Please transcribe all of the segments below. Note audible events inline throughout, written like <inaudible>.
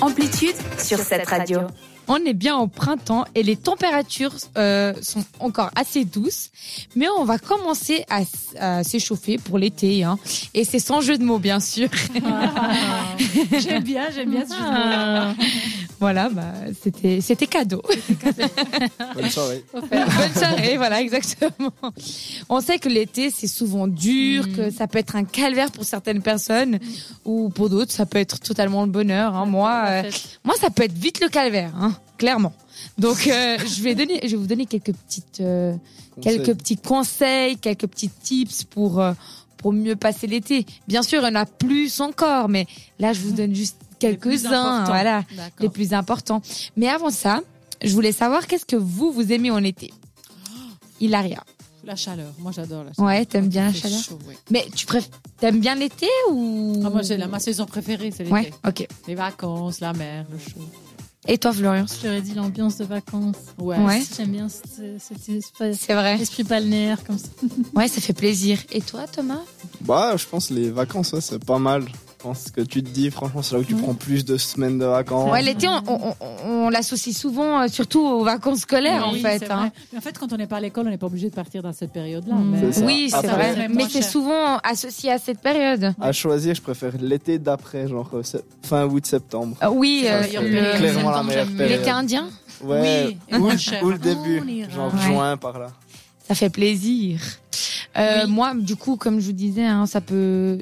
Amplitude sur cette radio. On est bien au printemps et les températures euh, sont encore assez douces, mais on va commencer à, s- à s'échauffer pour l'été. hein. Et c'est sans jeu de mots, bien sûr. J'aime bien, j'aime bien ce jeu de mots. voilà, bah, c'était c'était cadeau. Bonne soirée. Bonne soirée, voilà, exactement. On sait que l'été, c'est souvent dur, que ça peut être un calvaire pour certaines personnes, ou pour d'autres, ça peut être totalement le bonheur. hein. Moi, euh, moi, ça peut être vite le calvaire, hein, clairement. Donc, euh, je vais donner, je vais vous donner quelques petites, euh, quelques petits conseils, quelques petits tips pour euh, pour mieux passer l'été. Bien sûr, il y en a plus encore, mais là, je vous donne juste quelques uns, importants. voilà, les D'accord. plus importants. Mais avant ça, je voulais savoir qu'est-ce que vous vous aimez en été. Il a rien. La chaleur, moi j'adore la chaleur. Ouais, t'aimes bien la C'est chaleur. chaud, ouais. Mais tu préfères, t'aimes bien l'été ou Ah, moi, j'ai la, ma saison préférée, c'est l'été. Ouais, ok. Les vacances, la mer, le chaud. Et toi, Florian J'aurais dit l'ambiance de vacances. Ouais. Ouais. J'aime bien ce- cet espace- C'est vrai. esprit balnéaire comme ça. Ouais, ça fait plaisir. Et toi, Thomas Bah, je pense les vacances, ouais, c'est pas mal. Je pense que tu te dis, franchement, c'est là où tu prends plus de semaines de vacances. Mm. Ouais, l'été, on, on- on- on l'associe souvent, euh, surtout aux vacances scolaires, Oui, en fait. c'est hein. vrai. Mais en fait, quand on n'est pas à l'école, on n'est pas obligé de partir dans cette période-là. Mm. mais- C'est ça. Oui, c'est Après- Ça vrai. reste Mais moins c'est cher. souvent associé à cette période. À choisir, je préfère l'été d'après, genre euh, sept- fin août-septembre. Euh, oui, Ça, euh, c'est le- clairement la septembre, meilleure j'aime bien. période. l'été hein. indien, Ouais, Oui, et ou, moins <laughs> le- cher. ou le On début, ira. genre Ouais. juin par là. ça fait plaisir. Euh, Oui. Moi, du coup, comme je vous disais, hein, ça peut...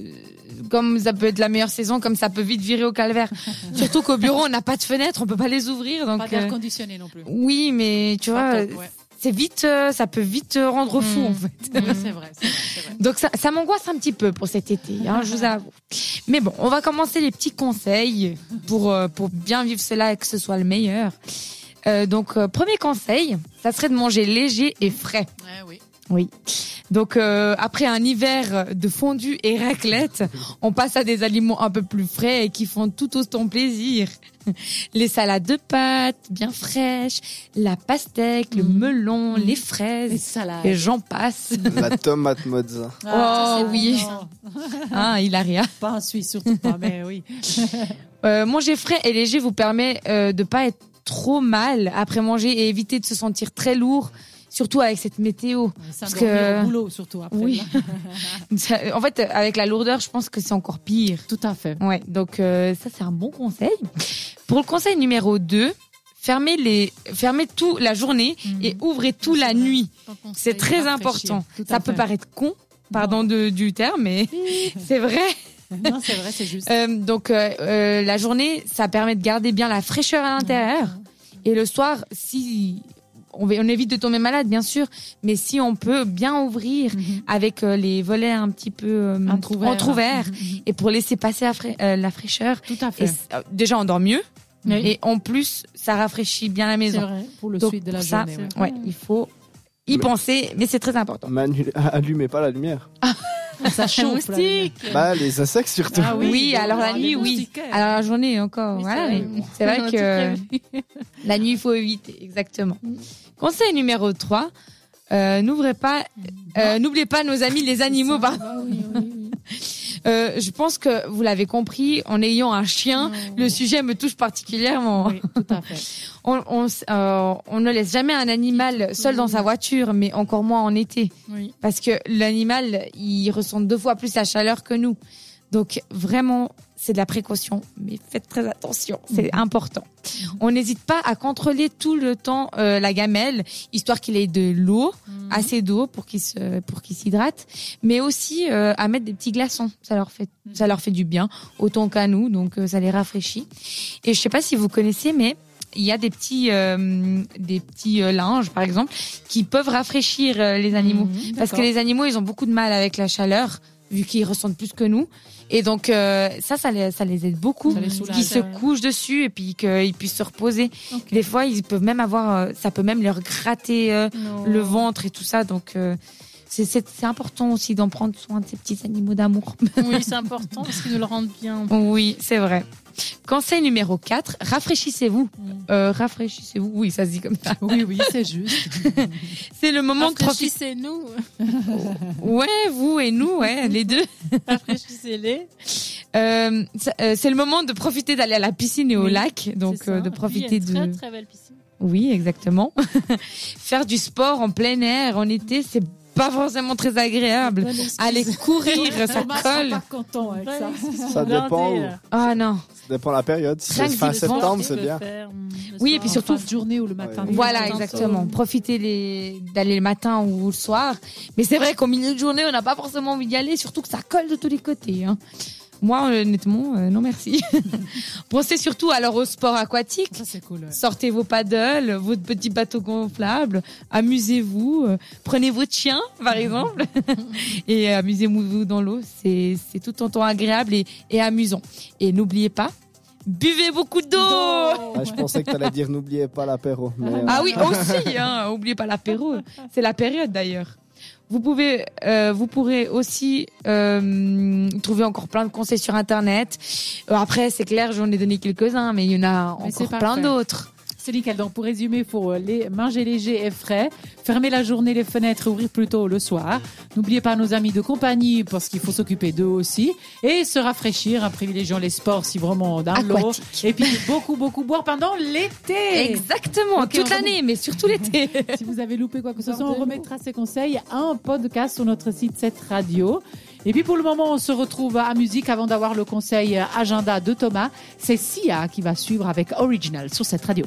Comme ça peut être la meilleure saison, comme ça peut vite virer au <laughs> calvaire. Surtout qu'au bureau, on n'a pas de fenêtre, on peut pas les ouvrir. Donc, Pas d'air euh, conditionné non plus. oui, mais tu vois, Pas top, ouais. Hmm. c'est vite, euh, ça peut vite euh, rendre fou. Mm. En fait. Ouais, c'est vrai, c'est vrai, c'est vrai. Donc ça, ça m'angoisse un petit peu pour cet été, hein, je vous avoue. Mais bon, on va commencer les petits conseils pour, euh, pour bien vivre cela et que ce soit le meilleur. Euh, donc, euh, premier conseil, ça serait de manger léger et frais. Mm. Ouais, oui. Donc, euh, après un hiver de fondue et raclette, on passe à des aliments un peu plus frais et qui font tout autant plaisir. Les salades de pâtes bien fraîches, la pastèque, le Mhm. melon, les Les fraises, salades. et j'en passe. La tomate mozza. Ah, Oh, ça, c'est- oui. non, Hein, il a rien. pas en Suisse, surtout pas, mais oui. Euh, manger frais et léger vous permet euh, de pas être trop mal après manger et éviter de se sentir très lourd, surtout avec cette météo. Ça Parce Parce que- que... au boulot, surtout après. Oui. là. Ça- en fait, euh, avec la lourdeur, je pense que c'est encore pire. Tout à fait. Ouais, donc euh, ça c'est un bon conseil. Pour le conseil numéro 2, fermez les fermez tout la journée Mhm. et ouvrez tout la nuit. C'est très Rafraîchir, important. tout à Ça peut fait. paraître con, pardon de- du terme, mais <laughs> c'est vrai. Non, c'est vrai, c'est <laughs> juste. Euh, donc euh, euh, la journée, ça permet de garder bien la fraîcheur à l'intérieur. Et le soir, si on, va- on évite de tomber malade, bien sûr, mais si on peut bien ouvrir Mhm. avec euh, les volets un petit peu euh, Entrouvert. Mhm, entrouverts, et pour laisser passer la, fra- euh, la fraîcheur. Tout à Et fait. c- euh, déjà, on dort mieux. Oui. Et en plus, ça rafraîchit bien la C'est maison. vrai. Pour le Donc, suite de la pour ça, journée. ouais. Ouais, il faut y Mais- penser, mais c'est très important. Manu- allumez pas la lumière. <laughs> Ça chauffe. là. Bah, les insectes surtout. Ah oui, Oui, bon, alors la les nuit, oui. moustiquaires. Alors la journée encore, Oui, voilà. c'est vrai. <laughs> mais C'est vrai On a que tout prévu. <laughs> la nuit, il faut éviter, exactement. Mm. Conseil numéro 3, n'ouvrez pas, euh, n'oubliez pas nos amis les animaux. pardon. Ah oui, oui, oui. <laughs> Euh, je pense que vous l'avez compris, en ayant un chien, le sujet me touche particulièrement. Oui, tout à fait. On, on s- euh, on ne laisse jamais un animal seul dans sa voiture, mais encore moins en été. Oui. Parce que l'animal, il ressent deux fois plus la chaleur que nous. Donc vraiment, c'est de la précaution, mais faites très attention, c'est important. On n'hésite pas à contrôler tout le temps euh, la gamelle, histoire qu'il ait de l'eau, assez d'eau pour qu'il se pour qu'il s'hydrate, mais aussi euh, à mettre des petits glaçons. Ça leur fait ça leur fait du bien autant qu'à nous, donc euh, ça les rafraîchit. Et je sais pas si vous connaissez, mais il y a des petits euh, des petits euh, linges par exemple qui peuvent rafraîchir euh, les animaux. Parce que les animaux, ils ont beaucoup de mal avec la chaleur, vu qu'ils ressentent plus que nous. Et donc, euh, ça, ça les, ça les aide beaucoup. Ça les soulage, Qu'ils se ouais. couchent dessus et puis qu'ils puissent se reposer. Ok. Des fois, ils peuvent même avoir, euh, ça peut même leur gratter euh, Non. le ventre et tout ça. Donc, euh, c'est- c'est c'est important aussi d'en prendre soin de ces petits animaux d'amour. <laughs> Oui, c'est important parce qu'ils nous le rendent bien. Oui, c'est vrai. Conseil numéro 4, rafraîchissez-vous. Mm. Euh, rafraîchissez-vous, oui, ça se dit comme ça. <laughs> Oui, oui, c'est <laughs> juste. C'est le Ah, moment de profiter. Rafraîchissez-nous. Ouais, vous et nous, <laughs> ouais, les deux. Rafraîchissez-les. Euh, ça- euh, c'est le moment de profiter d'aller à la piscine et au Oui, lac, C'est donc ça. euh, de Puis, profiter il y a une de. Très, très belle piscine. Oui, exactement. <laughs> Faire du sport en plein air en été, c'est pas forcément très agréable. Bonne excuse. Aller courir, <laughs> ça Thomas colle. sera pas content avec Bonne ça. excuse pour Ça dépend blindé, où. là. Ah non. Ça dépend de la période. Si c'est Rien que fin du temps, septembre, Tu c'est peux bien. faire, hum, le Oui, et soir. puis En surtout- fin de journée ou le matin. Ouais. Voilà, Intense. exactement. Profiter les... d'aller le matin ou le soir. Mais c'est vrai qu'au milieu de journée, on n'a pas forcément envie d'y aller, surtout que ça colle de tous les côtés. hein. Moi, honnêtement, euh, non merci. <laughs> Pensez surtout alors au sport aquatique. Ça, c'est cool. ouais. Sortez vos paddles, votre petit bateau gonflable, amusez-vous, euh, prenez votre chien par exemple <laughs> et amusez-vous dans l'eau. C'est c'est tout en temps agréable et, et amusant. Et n'oubliez pas, buvez beaucoup d'eau. Ah, je pensais que t'allais dire n'oubliez pas l'apéro. Mais, euh, Ah oui, aussi, hein, oubliez pas l'apéro. C'est la période d'ailleurs. Vous pouvez, euh, vous pourrez aussi euh, trouver encore plein de conseils sur Internet. Euh, après, c'est clair, j'en ai donné quelques-uns, mais il y en a Mais c'est encore parfait. plein d'autres. C'est nickel. Donc, pour résumer, il faut euh, les manger léger et frais, fermer la journée les fenêtres, ouvrir plus tôt le soir. N'oubliez pas nos amis de compagnie parce qu'il faut s'occuper d'eux aussi. Et se rafraîchir en privilégiant les sports si vraiment dans l'eau. Aquatique. Et puis, beaucoup, beaucoup boire pendant l'été. Exactement, Ok, toute on remet- l'année, mais surtout <laughs> l'été. Si vous avez loupé quoi que ce soit, on Bordel. remettra ces conseils à un podcast sur notre site 7 Radio. Et puis pour le moment, on se retrouve à musique avant d'avoir le conseil euh, agenda de Thomas. C'est Sia qui va suivre avec Original sur cette radio.